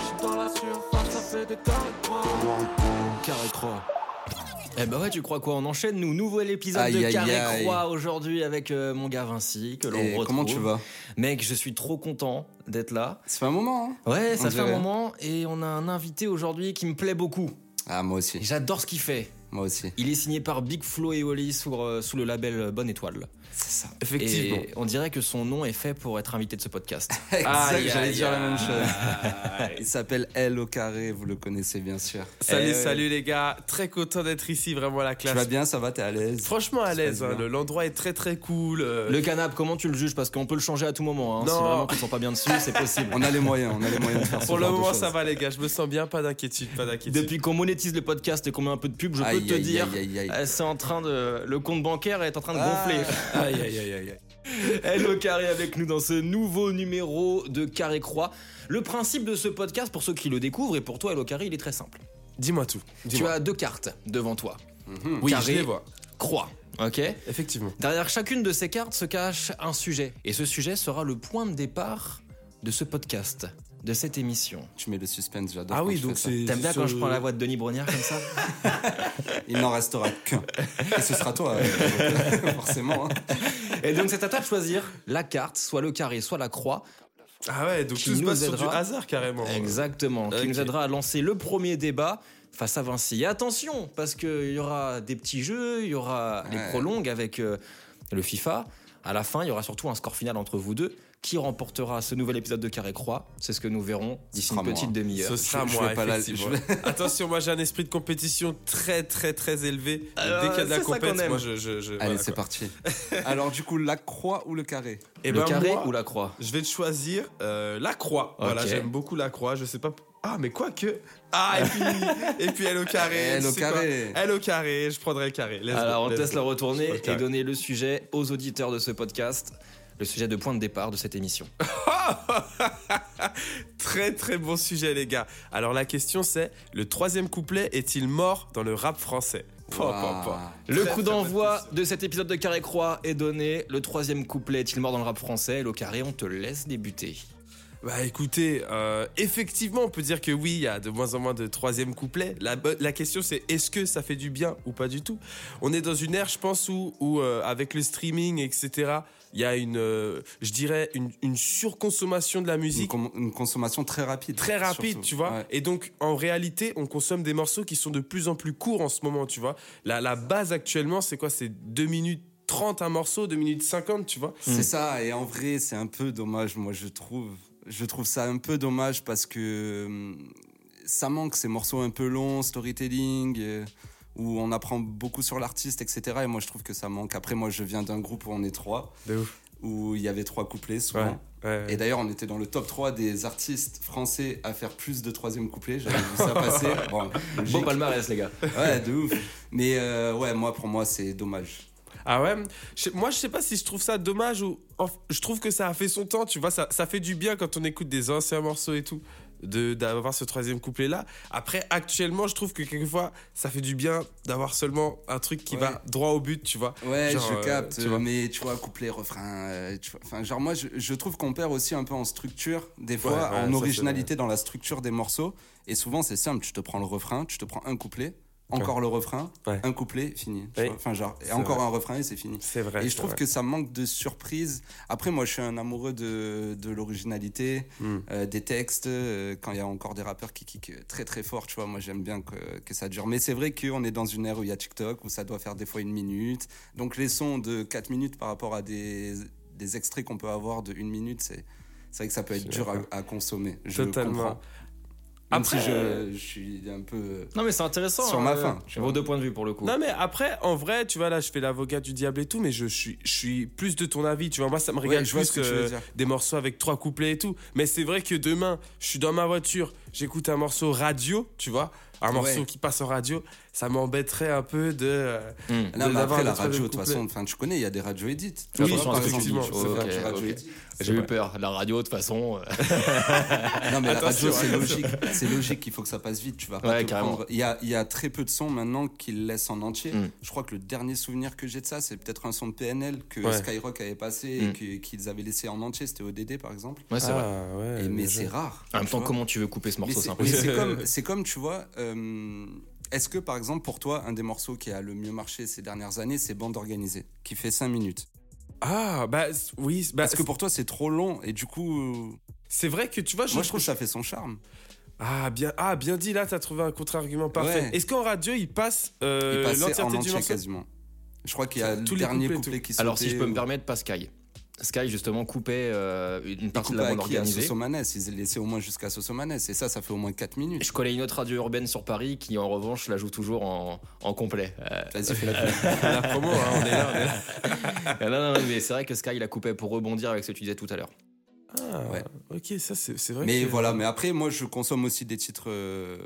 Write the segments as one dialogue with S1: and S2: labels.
S1: J'suis dans la surface, ça fait des carrés croix. Carré croix.
S2: Eh ben ouais, tu crois quoi On enchaîne, nous, nouvel épisode
S1: Aïe,
S2: de
S1: aïe,
S2: Carré
S1: aïe.
S2: Croix aujourd'hui avec euh, mon gars Vinci, que l'on
S1: Et
S2: retrouve.
S1: comment tu vas
S2: Mec, je suis trop content d'être là.
S1: Ça fait un moment, hein
S2: Ouais, ça
S1: On
S2: fait un
S1: dirait.
S2: moment et on a un invité aujourd'hui qui me plaît beaucoup.
S1: Ah, moi
S2: Et
S1: aussi.
S2: J'adore ce qu'il fait.
S1: Moi aussi.
S2: Il est signé par Big Flo et Oli sur, euh, sous le label euh, Bonne Étoile.
S1: C'est ça.
S2: Et on dirait que son nom est fait pour être invité de ce podcast.
S1: Exact,
S2: Aïe,
S1: j'allais
S2: aïe,
S1: dire la
S2: aïe.
S1: même chose. Il s'appelle L au carré, vous le connaissez bien sûr.
S3: Salut,
S2: Eh oui.
S3: salut les gars, très content d'être ici, vraiment à la
S1: Tu vas
S3: classe.
S1: bien, ça va, t'es à l'aise
S3: Franchement à
S1: Ça se
S3: l'aise,
S1: passe
S3: hein,
S1: bien.
S3: le- l'endroit est très très cool. euh,
S2: Le canap, comment tu le juges Parce qu'on peut le changer à tout moment. Hein. Si
S3: Non.
S2: vraiment tu te sens pas bien dessus, c'est possible.
S1: On a les moyens, on a les moyens de faire ce
S3: Pour le
S1: genre de
S3: moment
S1: choses.
S3: ça va les gars, je me sens bien, pas d'inquiétude, pas d'inquiétude.
S2: Depuis qu'on monétise le podcast et qu'on met un peu de pub, je
S1: Aïe,
S2: peux te
S1: aïe,
S2: dire,
S1: aïe, aïe, aïe.
S2: euh, c'est en train de, le compte bancaire est en train de
S1: Ah.
S2: gonfler.
S3: Aïe aïe aïe aïe. aïe.
S2: Elle au carré avec nous dans ce nouveau numéro de Carré Croix. Le principe de ce podcast, pour ceux qui le découvrent, et pour toi, Elle au carré, il est très simple.
S3: Dis-moi tout.
S2: Tu
S3: Dis-moi.
S2: as deux cartes devant toi.
S1: Mhm.
S3: Oui,
S2: carré.
S3: je les vois.
S2: Croix. Ok
S3: Effectivement.
S2: Derrière chacune de ces cartes se cache un sujet. Et ce sujet sera le point de départ de ce podcast, de cette émission.
S1: Tu mets le suspense, j'adore.
S3: Ah
S1: quand
S3: oui,
S1: tu
S3: donc
S1: fais ça.
S3: c'est.
S2: T'aimes bien
S3: ce-
S2: quand je prends la voix de Denis Brognard comme ça
S1: Il n'en restera qu'un. Et ce sera toi, euh, forcément. hein.
S2: Et donc c'est à toi de choisir la carte, soit le carré, soit la croix.
S3: Ah ouais, donc
S2: qui
S3: tout se
S2: nous
S3: passe sur du
S2: aidera.
S3: hasard carrément.
S2: Exactement, qui
S3: Oh. Ok.
S2: nous aidera à lancer le premier débat face à Vinci. Et attention, parce qu'il y aura des petits jeux, il y aura les
S1: Ouais.
S2: prolongues avec euh, le FIFA. À la fin, il y aura surtout un score final entre vous deux. Qui remportera ce nouvel épisode de Carré Croix C'est ce que nous verrons d'ici
S1: Ce
S2: une
S1: sera
S2: petite
S1: moi.
S2: demi-heure.
S3: Ce sera
S1: je
S3: moi,
S1: vais pas la-
S3: effectivement.
S1: je
S3: Attention, moi j'ai un esprit de compétition très très très élevé.
S2: Alors,
S3: Dès qu'il y a de la
S2: c'est ça qu'on
S3: compétition,
S2: aime.
S3: moi je. je, je
S1: Allez, c'est parti. Alors, du coup, la croix ou le carré
S3: Et
S2: le carré ou la croix
S3: Je vais te choisir euh, la croix. Voilà,
S2: Ok.
S3: j'aime beaucoup la croix. Je sais pas. Ah, mais quoi que. Ah, et puis, et puis elle au carré.
S1: Elle
S3: tu
S1: au
S3: sais
S1: carré.
S3: quoi. Elle au carré. Je prendrai le carré. Let's go,
S2: Alors on
S3: let's
S2: teste
S3: go.
S2: la retournée
S3: Je prends le
S2: et
S3: carré.
S2: donner le sujet aux auditeurs de ce podcast, le sujet de point de départ de cette émission.
S3: Très très bon sujet, les gars. Alors la question c'est le troisième couplet est-il mort dans le rap français Po, po, po.
S1: Waouh.
S2: Le
S3: Très,
S2: coup
S3: très bonne
S2: d'envoi
S3: question.
S2: de cet épisode de Carré Croix est donné. Le troisième couplet est-il mort dans le rap français Le carré, on te laisse débuter.
S3: Bah écoutez, euh, effectivement, on peut dire que oui, il y a de moins en moins de troisième couplet. La, bo- la question c'est est-ce que ça fait du bien ou pas du tout On est dans une ère, je pense, où, où, euh, avec le streaming, etc., il y a une, euh, je dirais, une, une surconsommation de la
S1: Une,
S3: musique.
S1: com- une consommation très rapide.
S3: Très rapide,
S1: surtout.
S3: tu vois.
S1: Ouais.
S3: Et donc, en réalité, on consomme des morceaux qui sont de plus en plus courts en ce moment, tu vois. La, la base actuellement, c'est quoi C'est 2 minutes 30 un morceau, 2 minutes 50, tu vois.
S1: C'est ça, et en vrai, c'est un peu dommage, moi je trouve. Je trouve ça un peu dommage parce que hum, ça manque ces morceaux un peu longs, storytelling, euh, où on apprend beaucoup sur l'artiste, etc. Et moi je trouve que ça manque. Après, moi je viens d'un groupe où on est trois,
S3: De ouf.
S1: où il y avait trois couplets
S3: Ouais.
S1: souvent. Et d'ailleurs, on était dans le top 3 des artistes français à faire plus de troisième couplet. J'avais vu ça passer. Bon,
S2: Beau palmarès, les gars.
S1: ouais, de ouf. Mais euh, ouais, moi pour moi, c'est dommage.
S3: Ah ouais Je sais- Moi, je sais pas si je trouve ça dommage ou. en- Je trouve que ça a fait son temps, tu vois. Ça, ça fait du bien quand on écoute des anciens morceaux et tout, de- d'avoir ce troisième couplet-là. Après, actuellement, je trouve que quelquefois, ça fait du bien d'avoir seulement un truc qui
S1: Ouais.
S3: va droit au but, tu vois.
S1: Ouais,
S3: Genre, euh,
S1: je capte,
S3: tu vois.
S1: mais tu vois, couplet, refrain, euh, tu vois. Enfin, genre, moi, je, je trouve qu'on perd aussi un peu en structure, des fois,
S3: ouais, ça,
S1: en
S3: c'est
S1: originalité dans la structure des morceaux. Et souvent, c'est simple, tu te prends le refrain, tu te prends un couplet, encore le refrain,
S3: Ouais.
S1: un couplet, fini. tu
S3: Oui.
S1: vois. Enfin, genre, et encore
S3: vrai.
S1: un refrain et c'est fini.
S3: C'est vrai.
S1: Et
S3: c'est
S1: je trouve
S3: vrai.
S1: que ça manque de surprise. Après, moi, je suis un amoureux de, de l'originalité,
S3: Hmm.
S1: euh, des textes. euh, quand il y a encore des rappeurs qui kickent euh, très très fort, tu vois, moi, j'aime bien que, que ça dure. Mais c'est vrai qu'on est dans une ère où il y a TikTok, où ça doit faire des fois une minute. Donc, les sons de 4 minutes par rapport à des, des extraits qu'on peut avoir de 1 minute, c'est. C'est vrai que ça peut être dur à, à consommer. Je
S3: Totalement.
S1: comprends. Même
S3: Après,
S1: si je,
S3: euh,
S1: je suis un peu.
S4: Non, mais c'est intéressant.
S1: Sur
S2: euh,
S1: ma fin, tu
S4: Sur vos deux points de vue pour le coup.
S3: Non mais après en vrai tu vois là je fais l'avocat du diable et tout mais je suis je suis plus de ton avis tu vois moi ça me regarde
S1: je vois
S3: plus
S1: ce que tu veux
S3: euh,
S1: dire.
S3: des morceaux avec trois couplets et tout mais c'est vrai que demain je suis dans ma voiture j'écoute un morceau radio tu vois un morceau
S1: Ouais.
S3: qui passe en radio ça m'embêterait un peu de euh, de-
S1: Hmm. Non, mais
S3: d'avoir
S1: après, la
S3: le troisième
S1: radio, de toute
S3: couplet.
S1: façon, enfin, tu connais, il y a des radios édites.
S3: Oui,
S1: Par exemple,
S3: effectivement.
S1: tu peux faire
S3: Ok,
S1: du radio
S2: ok.
S1: edit.
S2: J'ai eu peur. La radio, de toute façon. euh,
S1: Ah. Non, mais la
S3: Attention, hein.
S1: radio, c'est
S3: attention.
S1: logique. C'est logique, il faut que ça passe vite. Tu vas pas
S2: Ouais,
S1: te
S2: carrément.
S1: prendre- Il y a, il y a très peu de sons maintenant qu'ils laissent en entier.
S2: Mm.
S1: Je crois que le dernier souvenir que j'ai de ça, c'est peut-être un son de PNL que
S3: Ouais.
S1: Skyrock avait passé
S2: Mm.
S1: et que- qu'ils avaient laissé en entier. C'était ODD, par exemple.
S2: Ouais, c'est vrai.
S3: Ah, ouais,
S1: Et- mais
S3: bien
S1: c'est
S3: joué.
S1: rare.
S2: En même
S1: tu
S2: temps,
S1: vois.
S2: comment tu veux couper ce
S1: Mais
S2: morceau
S1: c'est-
S2: C'est
S1: mais
S2: impossible.
S1: c'est comme, c'est comme, tu vois. euh, Est-ce que, par exemple, pour toi, un des morceaux qui a le mieux marché ces dernières années, c'est Bande Organisée, qui fait 5 minutes
S3: ah bah c- oui c- bah,
S1: Parce que pour toi, c'est trop long et du coup,
S3: c'est vrai que tu vois
S1: moi, je trouve que ça fait son charme.
S3: ah bien ah bien dit là t'as trouvé un contre-argument parfait
S1: Ouais.
S3: est-ce qu'en radio il passe
S1: Il
S3: euh,
S1: passait en
S3: l'entièreté du
S1: entier
S3: morceau
S1: quasiment. Je crois qu'il y a
S3: Tous
S1: le
S3: les
S1: dernier
S3: couplets,
S1: couplet qui
S2: Alors, si
S1: sautait
S2: je peux me
S1: ou-
S2: permettre, pas Sky. Sky, justement, coupait euh, une
S1: Ils
S2: partie de
S1: coupent
S2: la
S1: à
S2: bande
S1: qui à
S2: organisée.
S1: Sosomanes, ils laissaient au moins jusqu'à Sosomanes et ça, ça fait au moins 4 minutes.
S2: Je connais une autre radio urbaine sur Paris qui, en revanche, la joue toujours en, en complet. Euh,
S1: Vas-y, fais la pub.
S3: la promo hein, on est là, on est là.
S2: non, euh, non, non, mais c'est vrai que Sky la coupait pour rebondir avec ce que tu disais tout à l'heure.
S3: Ah,
S1: Ouais.
S3: ok, ça c'est c'est vrai.
S1: Mais
S3: que-
S1: voilà, mais après, moi, je consomme aussi des titres euh,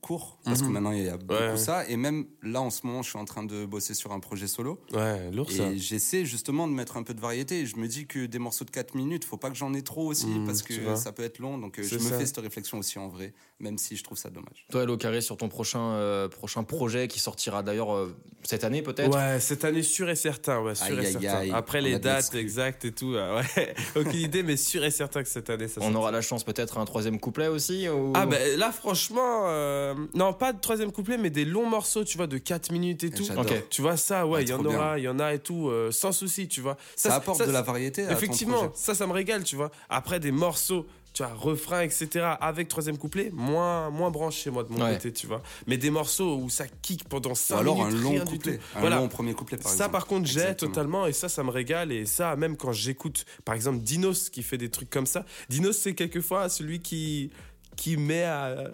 S1: courts parce
S2: Mhm.
S1: que maintenant, il y a beaucoup
S3: Ouais.
S1: ça. Et même là, en ce moment, je suis en train de bosser sur un projet solo
S3: Ouais, lourd ça.
S1: et j'essaie justement de mettre un peu de variété. Je me dis que des morceaux de 4 minutes, faut pas que j'en ai trop aussi
S3: Mhm,
S1: parce
S3: tu
S1: que
S3: vois.
S1: ça peut être long. Donc, euh,
S3: C'est
S1: je me
S3: ça.
S1: fais cette réflexion aussi en vrai, même si je trouve ça dommage.
S2: Toi, Hello Carré, sur ton prochain, euh, prochain projet qui sortira d'ailleurs euh, cette année, peut-être
S3: Ouais, cette année sûr et certain, ouais, sûr
S1: Aïe,
S3: et
S1: aïe,
S3: certain.
S1: aïe.
S3: Après
S1: On a
S3: les
S1: de
S3: dates
S1: l'exclu.
S3: exactes et tout, ouais, ouais. aucune idée, mais sûr et certain que cette année ça.
S2: On
S3: sort.
S2: aura la chance peut-être à un troisième couplet aussi ou-
S3: Ah bah là franchement, euh, non pas de troisième couplet, mais des longs morceaux, tu vois, de 4 minutes et tout.
S1: J'adore.
S2: Ok.
S3: Tu vois ça, ouais,
S1: Ah,
S3: il y en
S1: trop bien.
S3: aura, il y en a et tout, euh, sans souci, tu vois.
S1: Ça, apporte
S3: ça,
S1: de la variété. à ton
S3: Effectivement,
S1: projet.
S3: ça, ça me régale, tu vois. Après des morceaux, tu vois, refrain, etc., avec troisième couplet, moins, moins branché, moi, de mon
S2: Ouais.
S3: côté, tu vois. Mais des morceaux où ça kick pendant 5
S1: Ou alors un
S3: minutes, rien
S1: long
S3: du
S1: couplet,
S3: tout.
S1: un
S3: voilà.
S1: long premier couplet par
S3: ça,
S1: exemple.
S3: par contre, j'ai
S1: Exactement.
S3: totalement, et ça, ça me régale. Et ça, même quand j'écoute, par exemple, Dinos qui fait des trucs comme ça, Dinos, c'est quelquefois celui qui, qui met à,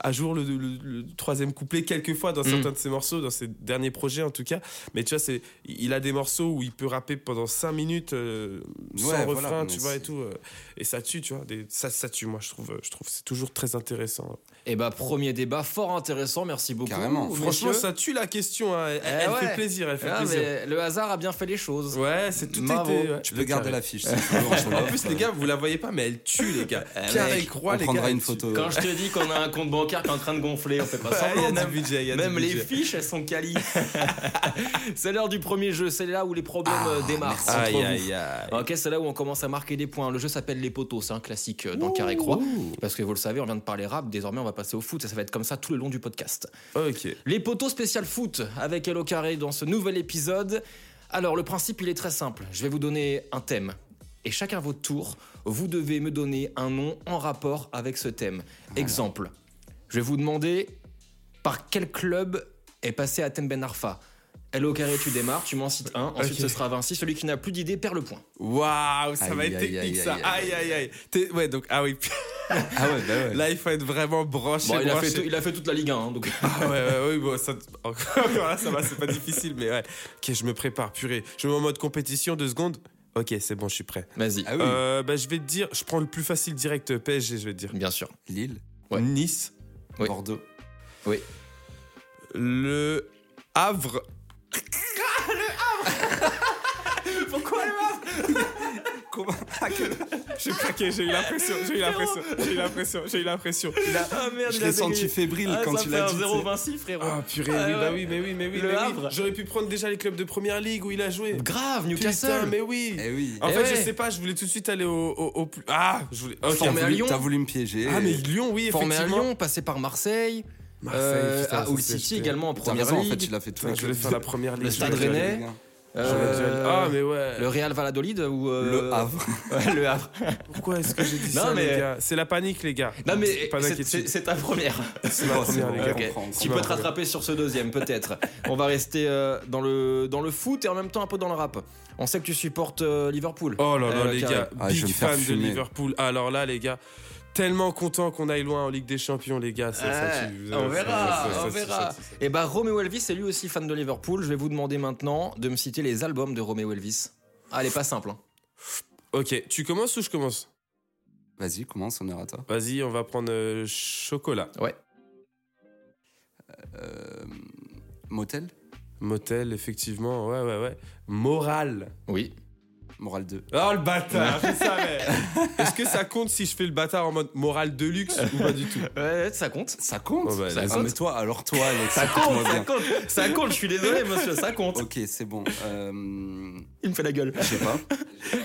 S3: à jour le, le- le troisième couplet, quelquefois,
S1: Mm.
S3: dans certains de ses morceaux, dans ses derniers projets en tout cas. Mais tu vois, c'est, il a des morceaux où il peut rapper pendant 5 minutes euh, sans
S1: Ouais, voilà,
S3: refrain,
S1: mais
S3: tu vois, et
S1: c'est-
S3: tout. euh, et ça tue, tu vois. Des, ça, ça tue, moi, je trouve. euh, Je trouve que c'est toujours très intéressant.
S2: Eh bah, premier débat fort intéressant, merci beaucoup.
S1: Carrément.
S2: messieurs.
S3: Franchement, ça tue la question. hein. Elle,
S2: Eh
S3: elle
S2: ouais.
S3: fait plaisir, elle fait
S2: Ah,
S3: plaisir.
S2: mais le hasard a bien fait les choses.
S3: Ouais, c'est tout
S2: Bravo.
S3: été. ouais.
S1: Tu
S3: Le
S1: peux garder
S3: carré.
S1: l'affiche. c'est toujours en solo.
S3: En plus, les gars, vous la voyez pas, mais elle tue, les gars. Carré croix,
S1: Eh, on
S3: les gars.
S1: prendra
S3: elle
S1: une
S3: tue.
S1: photo.
S2: Quand je te dis qu'on a un compte bancaire qui est en train de gonfler, on fait pas
S3: Ouais, Il y
S2: semblant.
S3: a
S2: même
S3: du budget, il y a du
S2: même les
S3: budget.
S2: fiches, elles sont quali. c'est l'heure du premier jeu, c'est là où les problèmes euh, démarrent. entre
S3: Ah, Aïe,
S2: vous.
S3: aïe, aïe.
S2: Ah, Ok, c'est là où on commence à marquer des points. Le jeu s'appelle Les Poteaux, c'est un classique euh, dans Carré Croix. Parce que vous le savez, on vient de parler rap, désormais on va passer au foot et ça va être comme ça tout le long du podcast.
S3: Ok.
S2: Les Poteaux spécial foot avec Hello Carré dans ce nouvel épisode. Alors le principe il est très simple, je vais vous donner un thème. Et chacun à votre tour, vous devez me donner un nom en rapport avec ce thème. Exemple, je vais vous demander par quel club est passé Atem Ben Arfa. Hello Carré, tu démarres, tu m'en cites un, ensuite
S3: Ok.
S2: ce sera Vinci, celui qui n'a plus d'idée perd le point.
S3: Waouh, ça va
S1: Aïe,
S3: être
S1: aïe,
S3: technique,
S1: aïe,
S3: ça.
S1: aïe,
S3: Aïe, aïe, aïe. T'es- Ouais, donc, ah oui.
S1: Ah ouais, bah ouais.
S3: Là, il faut être vraiment branché.
S2: Bon, il, a
S3: branché.
S2: fait, tout- il a fait toute la Ligue 1, hein, donc.
S3: Ah ouais, ouais, ouais, bon, ça, encore là, ça va, c'est pas difficile, mais ouais. Ok, je me prépare, purée. Je me mets en mode compétition, deux secondes. Ok, c'est bon, je suis prêt.
S2: Vas-y,
S1: Ah oui,
S3: Euh, bah, je vais te dire, je prends le plus facile direct euh, PSG, je vais te dire.
S2: bien sûr.
S1: Lille,
S2: Ouais.
S3: Nice,
S2: Oui.
S1: Bordeaux.
S3: le Havre.
S1: Comment
S2: Ah,
S1: à quel-
S3: J'ai craqué, j'ai eu la pression, j'ai eu la pression, j'ai eu la pression, j'ai eu la pression.
S2: Ah merde, Ah,
S1: Je l'ai senti fébrile quand tu l'as dit. tu sais.
S2: frérot.
S3: Ah purée,
S2: Ah
S3: oui,
S2: ouais.
S3: bah oui, mais oui, mais oui.
S2: Le
S3: mais oui.
S2: Havre.
S3: J'aurais pu prendre déjà les clubs de première ligue où il a joué.
S2: Grave,
S3: Putain,
S2: Newcastle.
S3: mais oui.
S1: Eh oui.
S3: En
S2: Eh
S3: fait,
S2: ouais.
S3: je sais pas, je voulais tout de suite aller au, au, au plus. Ah, je voulais. ok.
S2: Formé à
S1: T'as voulu-
S2: Lyon.
S1: T'as voulu me piéger.
S3: Ah, mais
S1: T'as
S3: Lyon, oui,
S2: Formé à
S3: effectivement.
S2: Lyon, passé par Marseille,
S3: Marseille,
S2: euh,
S3: putain,
S2: ah,
S3: ça,
S2: Hull
S3: c'est-
S2: City
S3: putain.
S2: également en première
S1: raison, en
S2: ligue,
S1: fait, il a fait tous
S3: Putain,
S1: les
S3: je voulais
S1: clubs.
S3: faire la première ligue.
S2: Le
S3: je
S2: Stade
S3: voulais-
S2: Rennais.
S3: j'aurais dû aller-
S2: euh,
S3: Ah, mais ouais.
S2: le Real Valladolid ou euh,
S1: Le Havre.
S2: ouais, le Havre.
S3: Pourquoi est-ce que j'ai dit
S2: Non,
S3: ça,
S2: mais-
S3: les gars C'est la panique, les gars.
S2: Non mais
S3: Pas
S2: c'est- c'est
S3: d'inquiétude.
S2: c'est ta première.
S3: C'est ma
S1: Bon, c'est
S3: première,
S1: bon,
S3: les
S1: on
S3: gars.
S2: Ok.
S1: comprend, on
S2: Tu
S1: comprend.
S2: peux te rattraper sur ce deuxième, peut-être. On va rester euh, dans, le, dans le foot et en même temps un peu dans le rap. On sait que tu supportes euh, Liverpool.
S3: Oh là
S2: Euh,
S3: là, les
S2: carré.
S3: gars,
S1: Ah, je vais
S3: big
S1: me faire
S3: fan de
S1: fumer.
S3: Liverpool. Alors là, les gars, tellement content qu'on aille loin en Ligue des Champions, les gars. Ça, ça,
S2: Ouais,
S3: tu-
S2: on
S3: ça,
S2: verra,
S3: ça, ça,
S2: on
S3: ça, ça,
S2: verra.
S3: ça, ça, ça.
S2: Et bah Romeo Elvis est lui aussi fan de Liverpool. Je vais vous demander maintenant de me citer les albums de Romeo Elvis. Ah, elle est pas simple. hein.
S3: Ok, tu commences ou je commence
S1: Vas-y, commence, on est à toi.
S3: Vas-y, on va prendre euh, chocolat,
S2: Ouais.
S1: Euh, motel,
S3: motel, effectivement. Ouais, ouais, ouais. Morale.
S2: Oui.
S1: Moral 2.
S3: Oh le bâtard, je savais. Est-ce que ça compte si je fais le bâtard en mode morale de luxe ou pas du tout
S2: Ouais, ça compte.
S1: Ça compte
S3: Oh, bah,
S1: ça
S3: les
S1: compte.
S3: autres.
S1: mais toi, alors toi, Alex,
S2: Ça compte,
S1: écoute-moi
S2: ça
S1: bien.
S2: compte, ça compte, je suis désolé monsieur, ça compte.
S1: Ok, c'est bon. Euh,
S2: Il me fait la gueule.
S1: je sais pas.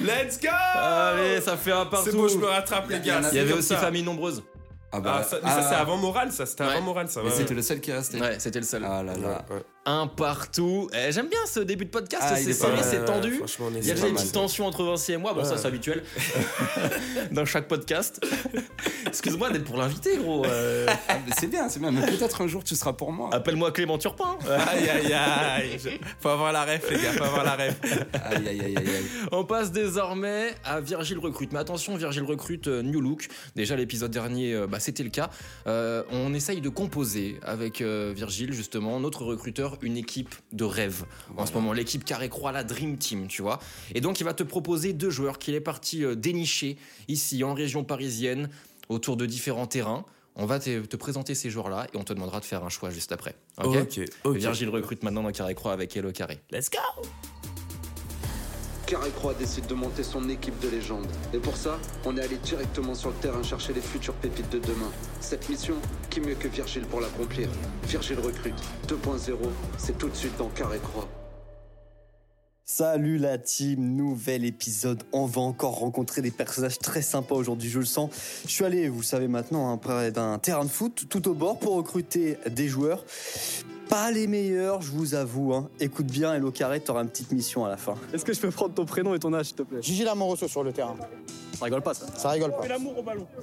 S3: Let's go
S2: Allez, ça fait un partout.
S3: Ah, C'est bon, je me rattrape les gars.
S2: Il y avait
S3: Comme
S2: aussi
S3: ça.
S2: Famille Nombreuse.
S1: Ah
S3: Ah, ça, mais ça
S1: ah,
S3: c'est avant morale, ça c'était
S2: Ouais.
S3: avant morale, ça.
S1: mais
S3: ouais,
S1: c'était
S3: ouais.
S1: le seul qui restait.
S2: Ouais, c'était le seul.
S1: Ah là là.
S3: Ouais, ouais.
S2: Un partout. Eh, J'aime bien ce début de podcast,
S1: Ah, il
S2: c'est
S1: est pas
S2: serré,
S1: mal.
S2: c'est tendu.
S3: Franchement, on
S2: Il y a
S3: est
S1: c'est
S2: déjà
S1: pas
S2: une
S1: mal.
S2: petite tension entre Vinci et moi, bon ça c'est habituel dans chaque podcast. Excuse-moi d'être pour l'invité gros. Euh,
S1: Ah, mais c'est bien, c'est bien. Mais peut-être un jour tu seras pour moi.
S2: Appelle-moi Clément Turpin. Euh,
S3: Aïe aïe aïe. Faut avoir la ref, les gars, faut avoir la ref.
S1: Aïe aïe aïe aïe. aïe.
S2: On passe désormais à Virgil Recrute. Mais attention, Virgil Recrute, euh, New Look. Déjà, l'épisode dernier, euh, bah, c'était le cas. Euh, on essaye de composer avec euh, Virgil, justement, notre recruteur, une équipe de rêve. En ce moment, l'équipe Carré-Croix, la Dream Team, tu vois. Et donc, il va te proposer deux joueurs qu'il est parti euh, dénicher ici, en région parisienne, autour de différents terrains. On va te, te présenter ces joueurs-là et on te demandera de faire un choix juste après. Ok,
S3: Ok, Eh ok.
S2: Virgile recrute maintenant dans Carré-Croix avec Hello Carré.
S3: Let's go.
S5: Carré-Croix décide de monter son équipe de légende. Et pour ça, on est allé directement sur le terrain chercher les futures pépites de demain. Cette mission, qui mieux que Virgile pour l'accomplir Virgile recrute 2.0, c'est tout de suite dans Carré-Croix.
S6: Salut la team, nouvel épisode. On va encore rencontrer des personnages très sympas aujourd'hui, je le sens. Je suis allé, vous le savez maintenant, hein, près d'un terrain de foot tout au bord pour recruter des joueurs. Pas les meilleurs, je vous avoue. hein. Écoute bien, Hello Carré, t'auras une petite mission à la fin.
S7: Est-ce que je peux prendre ton prénom et ton âge, s'il te plaît
S8: Gigi Lamoroso sur le terrain.
S6: Ça rigole pas ça.
S8: Ça rigole pas.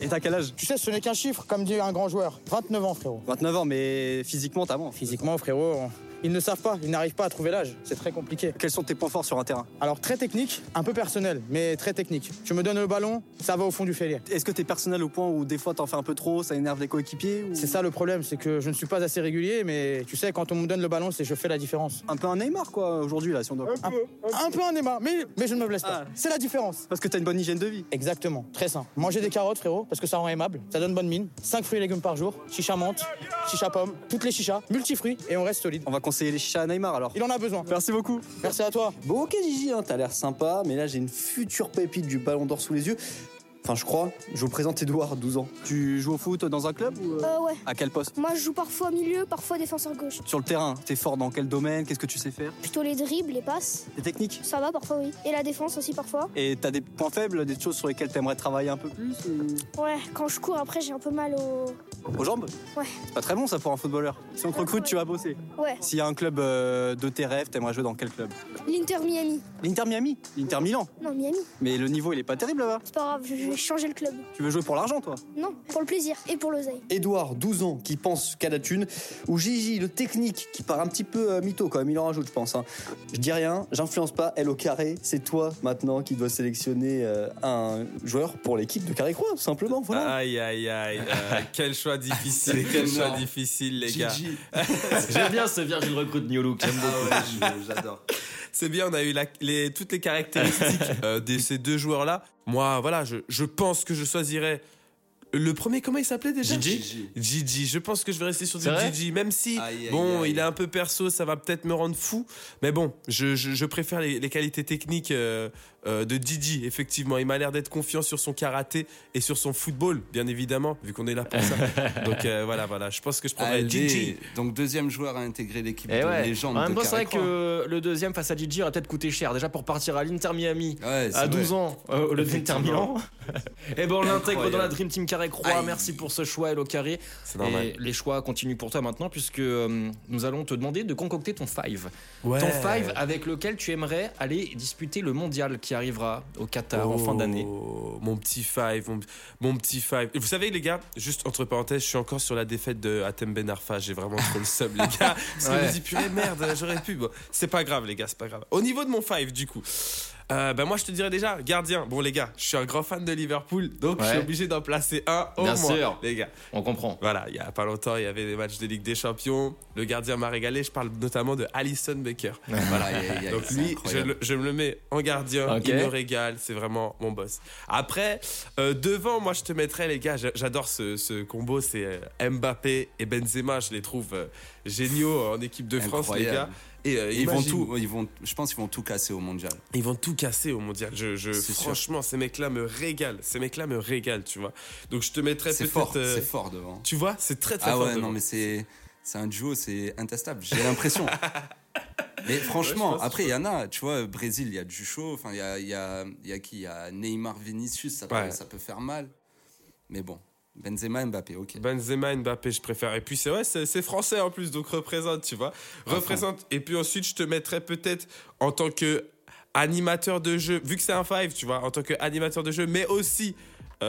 S7: Et t'as quel âge
S8: Tu sais, ce n'est qu'un chiffre, comme dit un grand joueur. 29 ans, frérot.
S6: 29 ans, mais physiquement, t'as bon.
S8: Physiquement, frérot, on- ils ne savent pas, ils n'arrivent pas à trouver l'âge. C'est très compliqué.
S6: Quels sont tes points forts sur un terrain
S8: Alors, très technique, un peu personnel, mais très technique. Tu me donnes le ballon, ça va au fond du fêlé.
S6: Est-ce que t'es personnel au point où des fois t'en fais un peu trop, ça énerve les coéquipiers ou...
S8: C'est ça le problème, c'est que je ne suis pas assez régulier, mais tu sais, quand on me donne le ballon, c'est je fais la différence.
S6: Un peu un Neymar quoi aujourd'hui là, si on doit.
S8: Un peu un débat, mais, mais je ne me blesse pas.
S6: Ah.
S8: C'est la différence.
S6: Parce que t'as une bonne hygiène de vie.
S8: Exactement, très sain. Manger des carottes, frérot, parce que ça rend aimable, ça donne bonne mine. 5 fruits et légumes par jour, chicha menthe, chicha pomme, toutes les chichas, multifruits, et on reste solide.
S6: On va conseiller les chichas à Neymar alors.
S8: Il en a besoin.
S6: Merci beaucoup.
S8: Merci à toi.
S6: Bon, ok, Gigi, hein, t'as l'air sympa, mais là, j'ai une future pépite du ballon d'or sous les yeux. Enfin, je crois. Je vous présente Edouard, 12 ans. Tu joues au foot dans un club ou.
S9: Euh, ouais.
S6: À quel poste
S9: Moi, je joue parfois milieu, parfois défenseur gauche.
S6: Sur le terrain, t'es fort dans quel domaine Qu'est-ce que tu sais faire
S9: Plutôt les dribbles, les passes.
S6: Tes techniques
S9: Ça va parfois, oui. Et la défense aussi parfois.
S6: Et t'as des points faibles, des choses sur lesquelles t'aimerais travailler un peu plus ou-
S9: Ouais, quand je cours après, j'ai un peu mal au.
S6: Aux jambes
S9: Ouais.
S6: C'est pas très bon ça pour un footballeur. Si on te recrute, tu vas bosser.
S9: Ouais.
S6: S'il y a un club euh, de tes rêves, t'aimerais jouer dans quel club
S9: L'Inter Miami.
S6: L'Inter Miami L'Inter Milan
S9: Non, Miami.
S6: Mais le niveau, il est pas terrible là-bas.
S9: C'est pas grave, je vais changer le club.
S6: Tu veux jouer pour l'argent, toi
S9: Non, pour le plaisir et pour l'oseille.
S6: Edouard, 12 ans, qui pense qu'à la thune, ou Gigi, le technique, qui part un petit peu euh, mytho quand même, il en rajoute, je pense. hein. Je dis rien, j'influence pas, elle au carré, c'est toi maintenant qui dois sélectionner euh, un joueur pour l'équipe de Carré Croix, tout simplement. Voilà.
S3: Aïe aïe aïe. euh, quel choix difficile, quel choix difficile, les gars.
S1: Gigi.
S2: J'aime bien ce Virgil Recrute New Look. j'aime beaucoup.
S1: J'adore.
S3: C'est bien, on a eu la- les- toutes les caractéristiques euh, de ces deux joueurs-là. Moi, voilà, je, je pense que je choisirais le premier. Comment il s'appelait déjà
S1: Gigi.
S3: Gigi. Je pense que je vais rester sur du
S2: C'est vrai
S3: Gigi, même si
S1: Aïe, aïe,
S3: bon,
S1: aïe.
S3: il est un peu perso, ça va peut-être me rendre fou. Mais bon, je, je- je préfère les, les qualités techniques euh, euh, de Gigi. Effectivement, il m'a l'air d'être confiant sur son karaté et sur son football, bien évidemment, vu qu'on est là pour ça. Donc euh, voilà, voilà, je pense que je prendrais
S1: ALD,
S3: Gigi.
S1: Donc deuxième joueur à intégrer l'équipe
S2: Et
S1: de
S2: Eh ouais.
S1: légende.
S2: en même
S1: de
S2: temps, c'est vrai
S1: Carré-Croix.
S2: que euh, le deuxième face à Gigi aurait peut-être coûté cher. Déjà pour partir à l'Inter Miami
S1: Ouais, Ah, c'est
S2: à 12
S1: vrai.
S2: ans, euh, au lieu de l'Inter Milan. Et ben on l'intègre dans la Dream Team Carré Croix.
S1: Aïe.
S2: Merci pour ce choix, Hello Carré.
S3: C'est normal.
S2: Et les choix continuent pour toi maintenant, puisque euh, nous allons te demander de concocter ton five. Ton five avec lequel tu aimerais aller disputer le mondial qui arrivera au Qatar en fin d'année.
S3: Oh, Mon petit five, mon, mon petit five. Vous savez, les gars, juste entre parenthèses, je suis encore sur la défaite de Hatem Ben Arfa. J'ai vraiment trop le seum, les gars. Parce que je me
S2: Ouais.
S3: dis, purée, merde, j'aurais pu. Bon, c'est pas grave, les gars, c'est pas grave. Au niveau de mon five, du coup. Euh, ben moi je te dirais déjà, gardien. Bon les gars, je suis un grand fan de Liverpool, donc je suis
S2: Ouais.
S3: obligé d'en placer un au
S2: Bien
S3: moins,
S2: sûr.
S3: les gars.
S2: On comprend.
S3: Voilà, il y a pas longtemps, il y avait des matchs de Ligue des Champions. Le gardien m'a régalé. Je parle notamment de Alison Becker. voilà.
S1: Aïe, aïe, aïe,
S3: Donc
S1: c'est
S3: lui, je,
S1: incroyable.
S3: le- je me le mets en gardien.
S2: Ok.
S3: Il me régale. C'est vraiment mon boss. Après, euh, devant, moi, je te mettrais, les gars, j'a- j'adore ce, ce combo. C'est euh, Mbappé et Benzema. Je les trouve euh, géniaux en équipe de France, les gars.
S1: Incroyable.
S3: Et euh,
S1: Ils vont
S3: imagine-
S1: tout, ils vont, je pense qu'ils vont tout casser au mondial.
S3: ils vont tout casser au mondial. Je, je-
S1: C'est sûr.
S3: franchement, ces mecs-là me régalent. Ces mecs-là me régalent, tu vois. Donc je te mettrais
S1: C'est
S3: peut-être.
S1: fort,
S3: euh,
S1: c'est fort devant.
S3: Tu vois, c'est très très
S1: Ah
S3: fort.
S1: ouais,
S3: devant.
S1: non mais c'est, c'est un duo, c'est intestable. J'ai l'impression. Mais franchement,
S3: Ouais, je pense,
S1: après il y en a, tu vois, Brésil, il y a du chaud. Enfin, il y a, il y a, il y a qui, il y a Neymar, Vinicius, ça peut,
S3: Ouais.
S1: ça peut faire mal. Mais bon, Benzema, Mbappé, ok.
S3: Bah, Benzema, Mbappé, je préfère. Et puis c'est ouais, c'est c'est français en plus, donc représente, tu vois. Représente. Et puis ensuite, je te mettrais peut-être en tant que animateur de jeu, vu que c'est un five, tu vois, en tant que animateur de jeu, mais aussi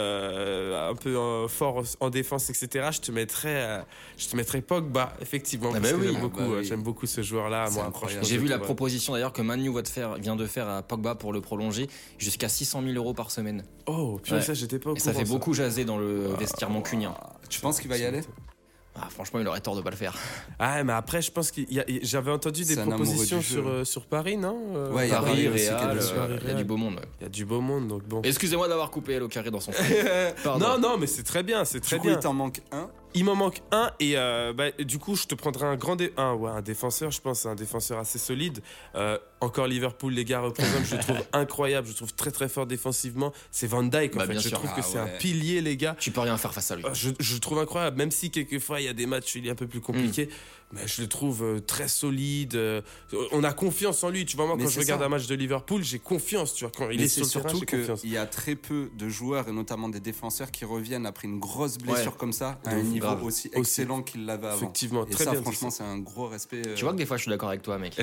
S3: euh, un peu euh, fort en, en défense, etc. Je te mettrais, euh, je te mettrais Pogba, effectivement.
S2: Ah
S3: parce
S2: bah
S3: que
S2: oui.
S3: j'aime
S1: Ah
S3: beaucoup,
S1: bah
S3: euh,
S1: oui.
S3: j'aime beaucoup ce joueur-là.
S1: C'est
S3: moi,
S1: incroyable.
S3: franchement,
S2: J'ai
S3: je
S2: vu
S3: le
S2: la
S3: trouve-
S2: proposition d'ailleurs que Manu va de faire, vient de faire à Pogba pour le prolonger jusqu'à 600 000 euros par semaine.
S3: Oh, putain,
S2: Ouais.
S3: ça, j'étais pas au
S2: Et ça
S3: courant,
S2: fait beaucoup jaser dans le vestiaire mancunien.
S1: Tu penses qu'il va y aller
S2: Ah, franchement, il aurait tort de pas le faire.
S3: Ah, mais après, je pense qu'il y a- il- j'avais entendu des
S1: C'est un amoureux
S3: propositions
S1: du jeu.
S3: sur, euh, sur Paris, non Euh,
S1: Ouais, il y a
S3: Paris,
S1: Paris,
S3: euh,
S1: aussi,
S2: Real,
S1: qui est dessus.
S2: euh, il y a du beau monde. ouais.
S3: Il y a du beau monde, donc bon.
S2: Excusez-moi d'avoir coupé Hello Carré dans son film. Pardon.
S3: Non, non, mais c'est très bien, c'est très
S1: Du coup,
S3: bien.
S1: il t'en manque un.
S3: Il m'en manque un et euh, bah, du coup, je te prendrai un grand dé- un, ouais, un défenseur, je pense, un défenseur assez solide. Euh, encore Liverpool, les gars, représentent, je le trouve incroyable, je le trouve très très fort défensivement. C'est Van Dijk, en
S2: Bah,
S3: fait.
S2: bien
S3: Je
S2: sûr.
S3: trouve que
S1: Ah
S3: c'est un
S1: ouais.
S3: pilier, les gars.
S2: Tu peux rien faire face à lui.
S1: Oh,
S3: Euh, Je, je le trouve incroyable, même si quelquefois il y a des matchs il est un peu plus
S1: Mm.
S3: compliqué, mais je le trouve euh, très solide. euh, on a confiance en lui, tu vois. Moi,
S1: Mais
S3: quand je
S1: c'est
S3: regarde
S1: ça.
S3: un match de Liverpool, j'ai confiance, tu vois. Quand il
S1: Mais
S3: est
S1: c'est
S3: sur le terrain,
S1: surtout
S3: j'ai confiance.
S1: qu'il y a très peu de joueurs, et notamment des défenseurs, qui reviennent après une grosse blessure
S2: Ouais.
S1: comme ça, à
S3: De
S1: un
S3: ouf,
S1: niveau
S3: grave.
S1: aussi
S3: Aussi.
S1: excellent qu'il l'avait avant.
S3: Effectivement,
S1: et
S3: très
S1: ça,
S3: bien. dit
S1: franchement,
S3: ça.
S1: c'est un gros respect. euh,
S2: Tu vois que des fois, je suis d'accord avec toi, mec.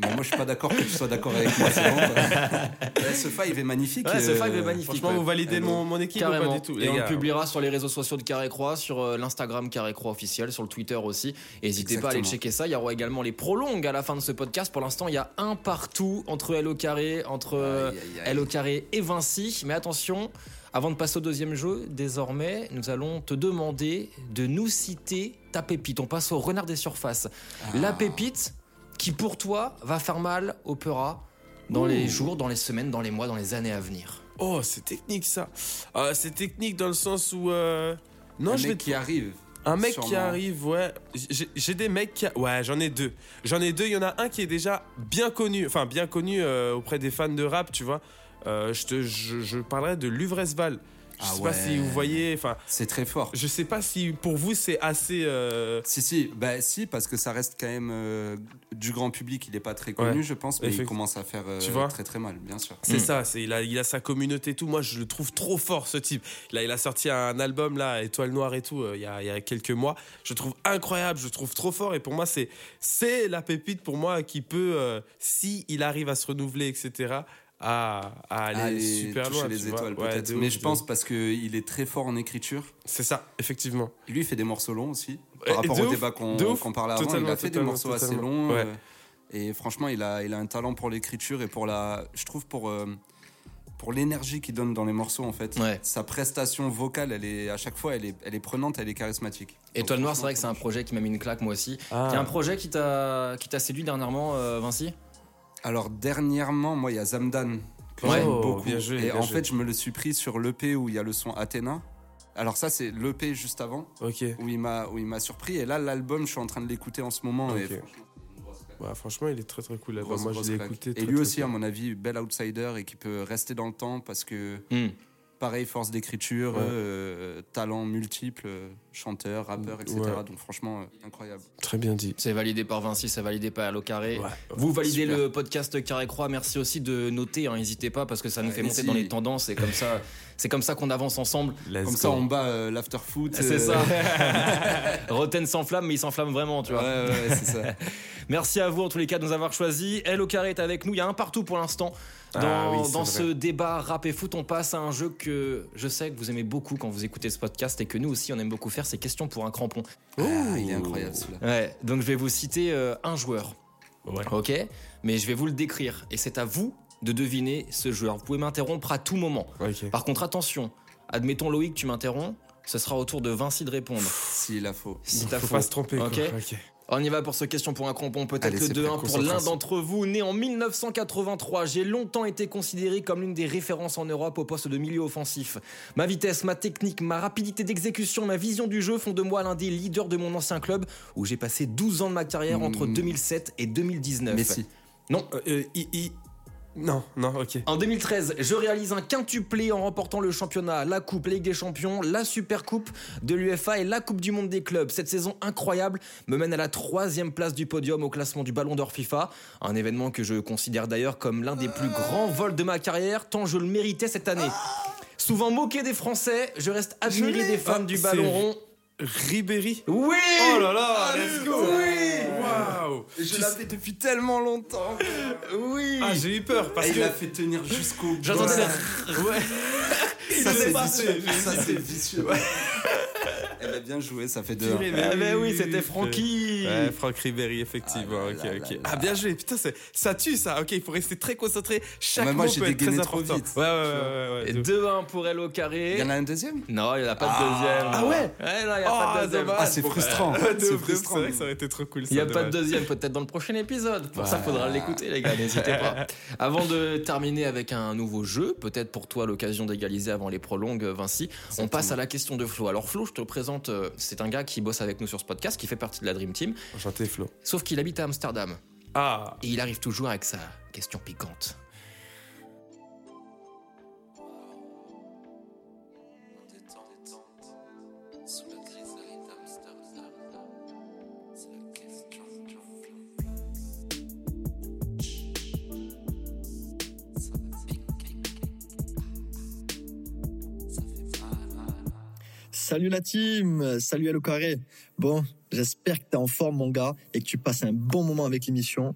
S1: Mais moi, je suis pas d'accord que tu sois d'accord avec moi. c'est bon, quoi. Ouais, ce five est magnifique.
S2: Ouais, ce
S1: euh,
S2: five est magnifique.
S3: Franchement, vous validez
S1: Eh ben,
S3: mon, mon équipe ou
S2: Carrément.
S3: pas du tout
S2: et
S3: les
S2: on
S3: gars
S2: le publiera sur les réseaux sociaux de Carré Croix, sur euh, l'Instagram Carré Croix officiel, sur le Twitter aussi. Et N'hésitez pas à aller
S1: Exactement.
S2: checker ça. Il y aura également les prolongues à la fin de ce podcast. Pour l'instant, il y a un partout entre Hello Carré, entre euh,
S1: Aïe, aïe, aïe.
S2: Hello Carré et Vinci. Mais attention, avant de passer au deuxième jeu, désormais, nous allons te demander de nous citer ta pépite. On passe au renard des surfaces.
S1: Ah.
S2: La pépite qui, pour toi, va faire mal au Pera dans les jours, dans les semaines, dans les mois, dans les années à venir.
S3: Oh, c'est technique ça. Euh, c'est technique dans le sens où. euh, Non,
S1: un
S3: je
S1: mec
S3: vais.
S1: qui arrive.
S3: Un mec qui
S1: sûrement.
S3: arrive, ouais. J'ai j'ai des mecs qui. Ouais, j'en ai deux. J'en ai deux. Il y en a un qui est déjà bien connu, enfin bien connu euh, auprès des fans de rap, tu vois. Euh, je, te, je, je parlerai de Luvresval. Je
S1: Ah
S3: sais
S1: ouais.
S3: pas si vous voyez. Enfin,
S1: C'est très fort.
S3: je sais pas si pour vous c'est assez. euh,
S1: Si, si, bah, si, parce que ça reste quand même euh, du grand public. Il n'est pas très connu,
S3: Ouais.
S1: je pense, mais il
S3: Effect-
S1: commence à faire euh,
S3: Tu vois
S1: très très mal, bien sûr.
S3: C'est ça, c'est il a, il a sa communauté et tout. Moi, je le trouve trop fort ce type. Là, il a sorti un album là, Étoile Noire et tout, euh, il, y a, il y a quelques mois. Je le trouve incroyable, je le trouve trop fort et pour moi, c'est c'est la pépite pour moi qui peut, euh, si il arrive à se renouveler, etc. À, à aller
S1: Aller
S3: super
S1: toucher
S3: loin.
S1: les
S3: tu vois.
S1: étoiles,
S3: Ouais,
S1: peut-être.
S3: de ouf,
S1: mais je
S3: de
S1: pense
S3: ouf.
S1: parce qu'il est très fort en écriture.
S3: C'est ça, effectivement.
S1: Lui, il fait des morceaux longs aussi.
S3: Et- et
S1: Par rapport
S3: Eh, de
S1: au
S3: ouf,
S1: débat qu'on
S3: de ouf,
S1: qu'on parlait avant, il
S3: totalement,
S1: a fait des
S3: totalement,
S1: morceaux assez
S3: totalement.
S1: longs. euh,
S3: Ouais.
S1: et franchement, il a, il a un talent pour l'écriture et pour la. Je trouve pour. euh, pour l'énergie qu'il donne dans les morceaux, en fait,
S2: Ouais.
S1: sa prestation vocale, elle est à chaque fois, elle est, elle est prenante, elle est charismatique.
S2: Étoile Noire, c'est vrai que c'est un projet qui m'a mis une claque moi aussi.
S3: Ah.
S1: Ah,
S2: Il y a un projet qui t'a qui t'a séduit dernièrement, euh, Vinci
S1: Alors dernièrement, moi, il y a Zamdan que
S2: Ouais.
S1: j'aime
S3: Oh,
S1: beaucoup.
S3: bien joué,
S1: et
S3: bien
S1: en
S3: joué.
S1: fait, je me le suis pris sur l'EP où il y a le son Athéna. Alors ça, c'est l'EP juste avant
S3: Ok.
S1: où il m'a où il m'a surpris. Et là, l'album, je suis en train de l'écouter en ce moment.
S3: Ok.
S1: et franchement,
S3: Ouais, franchement, il est très très cool là-bas.
S1: grosse,
S3: Moi,
S1: grosse
S3: je l'ai
S1: claque.
S3: écouté.
S1: Et
S3: très,
S1: lui
S3: très
S1: aussi, hein.
S3: cool.
S1: à mon avis, bel outsider et qui peut rester dans le temps parce que
S2: Hmm.
S1: pareil, force d'écriture,
S3: Ouais.
S1: euh, talent multiple, euh, chanteur, rappeur, etc.
S3: Ouais.
S1: Donc franchement, euh, incroyable.
S3: Très bien dit.
S2: C'est validé par Vinci, c'est validé par Allo Carré.
S3: Ouais.
S2: Vous validez
S1: Super.
S2: le podcast Carré Croix. Merci aussi de noter, hein, n'hésitez pas parce que ça nous fait monter
S1: Allez-y.
S2: dans les tendances et comme ça, c'est comme ça qu'on avance ensemble.
S3: Let's
S1: Comme ça,
S3: go.
S1: on bat euh, l'after foot.
S2: C'est
S1: euh,
S2: ça. Roten s'enflamme, mais il s'enflamme vraiment, tu
S1: Ouais,
S2: vois.
S1: ouais, ouais, c'est ça.
S2: Merci à vous en tous les cas de nous avoir choisis. Elle au carré est avec nous. Il y a un partout pour l'instant. Dans,
S3: Ah oui, c'est
S2: dans
S3: vrai.
S2: ce débat rap et foot, on passe à un jeu que je sais que vous aimez beaucoup quand vous écoutez ce podcast et que nous aussi on aime beaucoup faire, c'est question pour un crampon.
S1: Ah, il est incroyable celui-là.
S2: Ouais, donc je vais vous citer euh, un joueur.
S3: Ouais.
S2: Ok, mais je vais vous le décrire et c'est à vous de deviner ce joueur. Vous pouvez m'interrompre à tout moment. Par contre, attention, admettons Loïc, tu m'interromps, ce sera au tour de Vinci de répondre.
S1: S'il la faut.
S2: Si t'as
S3: Faut
S2: faux.
S3: pas se tromper. quoi.
S2: Ok.
S3: Ok.
S2: On y va pour ce question pour un crampon, peut-être
S1: Allez,
S2: que
S1: c'est
S2: 2-1
S1: prêt,
S2: pour l'un
S1: concentration.
S2: d'entre vous. Né en 1983, j'ai longtemps été considéré comme l'une des références en Europe au poste de milieu offensif. Ma vitesse, ma technique, ma rapidité d'exécution, ma vision du jeu font de moi l'un des leaders de mon ancien club où j'ai passé 12 ans de ma carrière entre 2007 et 2019.
S1: Hmm. Messi.
S2: Non,
S3: Euh, euh, il- il- Non, non, ok.
S2: en 2013, je réalise un quintuplé en remportant le championnat, la Coupe, la Ligue des Champions, la Super Coupe de l'UEFA et la Coupe du Monde des clubs. Cette saison incroyable me mène à la troisième place du podium au classement du Ballon d'Or FIFA, un événement que je considère d'ailleurs comme l'un des plus grands vols de ma carrière, tant je le méritais cette année. Souvent moqué des Français, je reste admiré des fans
S3: Ah,
S2: du
S3: c'est-
S2: ballon rond.
S3: Ribéry.
S2: Oui Ah,
S3: Oh là là, let's go. Waouh.
S1: Je l'avais depuis tellement longtemps.
S2: Oui
S3: Ah, j'ai eu peur parce
S1: Et
S3: que
S1: il l'a fait tenir jusqu'au bout.
S2: J'attendais
S1: Ouais. Ça,
S3: l'a
S1: c'est
S3: passé.
S1: vicieux. Ça, c'est vicieux. Elle a Eh ben, bien joué, ça fait deux.
S3: Purée,
S2: la...
S3: mais
S2: Eh
S3: oui,
S2: ben
S3: Ah, oui,
S2: oui,
S3: oui,
S2: c'était
S3: oui.
S2: Francky
S3: Ouais, Franck Ribéry, effectivement.
S1: Ah là
S3: ok,
S1: là
S3: ok.
S1: là là.
S3: Ah, bien joué. Putain, c'est- ça tue, ça. Ok, il faut rester très concentré. Chaque
S1: Ah, Mais moi,
S3: mot
S1: j'ai
S3: peut être très
S1: dégainé trop
S3: important.
S1: vite.
S3: Ouais, ouais, ouais, ouais, ouais.
S2: Et
S3: de ouf.
S2: 2-1 pour elle au
S1: Il
S2: carré.
S1: y en a un deuxième
S2: Non, il n'y en a pas de deuxième.
S3: Ah ouais
S2: Ouais, non, il n'y a pas
S3: Ah,
S2: de deuxième.
S3: dommage.
S1: Ah, c'est frustrant.
S3: Ouais, de ouf, de
S1: C'est
S3: ouf, C'est
S1: frustrant.
S3: vrai que ça aurait été trop cool.
S2: Il n'y a pas de deuxième, peut-être dans le prochain épisode. Pour ça, faudra l'écouter, les gars, n'hésitez pas. Avant de terminer avec un nouveau jeu, peut-être pour toi l'occasion d'égaliser avant les prolongues, Vinci, on passe à la question de Flo. Alors, Flo, je te présente, euh, c'est un gars qui bosse avec nous sur ce podcast, qui fait partie de la Dream Team,
S3: Enchanté, Flo.
S2: sauf qu'il habite à Amsterdam.
S3: Ah,
S2: Et il arrive toujours avec sa question piquante.
S6: Salut la team, salut Allo Carré. Bon, j'espère que t'es en forme mon gars et que tu passes un bon moment avec l'émission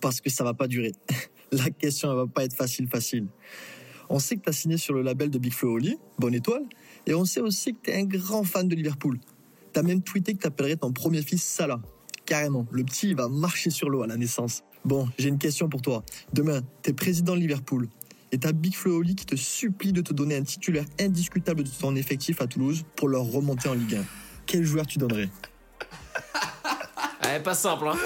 S6: parce que ça va pas durer. la question elle va pas être facile facile. On sait que t'as signé sur le label de Big Flo et Oli, bonne étoile, et on sait aussi que t'es un grand fan de Liverpool. T'as même tweeté que t'appellerais ton premier fils Salah. Carrément, le petit il va marcher sur l'eau à la naissance. Bon, j'ai une question pour toi. Demain, t'es président de Liverpool et t'as Big Flo et Oli qui te supplie de te donner un titulaire indiscutable de ton effectif à Toulouse pour leur remonter en Ligue 1. Quel joueur tu donnerais
S2: Eh, pas simple, hein.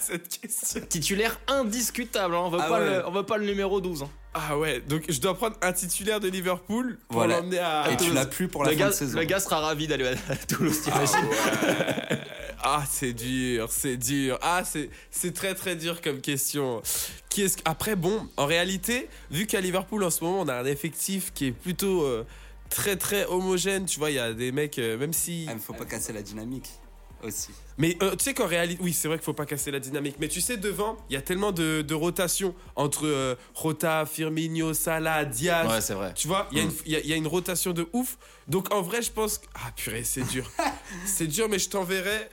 S3: cette question.
S2: Titulaire indiscutable, hein. on veut
S3: Ah
S2: pas
S3: ouais.
S2: le- on veut pas le numéro 12. hein.
S3: Ah ouais, donc je dois prendre un titulaire de Liverpool pour
S1: Voilà.
S3: l'emmener à.
S1: Et tu l'as plus pour la
S2: Le
S1: fin
S2: gars,
S1: de saison.
S2: le gars sera ravi d'aller à à Toulouse,
S3: Ah,
S2: t'imagines
S3: ouais. Ah, c'est dur, c'est dur. Ah, c'est c'est très très dur comme question. Qui est-ce que- Après, bon, en réalité, vu qu'à Liverpool en ce moment, on a un effectif qui est plutôt euh, très très homogène. Tu vois, il y a des mecs, euh, même si.
S1: Ah, mais faut pas casser la dynamique aussi.
S3: Mais euh, tu sais qu'en réalité, oui, c'est vrai qu'il faut pas casser la dynamique. Mais tu sais, devant, il y a tellement de, de rotation entre euh, Rota, Firmino, Salah, Diaz.
S2: Ouais, c'est vrai.
S3: Tu vois, il y, a
S1: Mm.
S3: une- il y a- il y a une rotation de ouf. Donc en vrai, je pense que. Ah purée, c'est dur. c'est dur, mais je t'enverrai.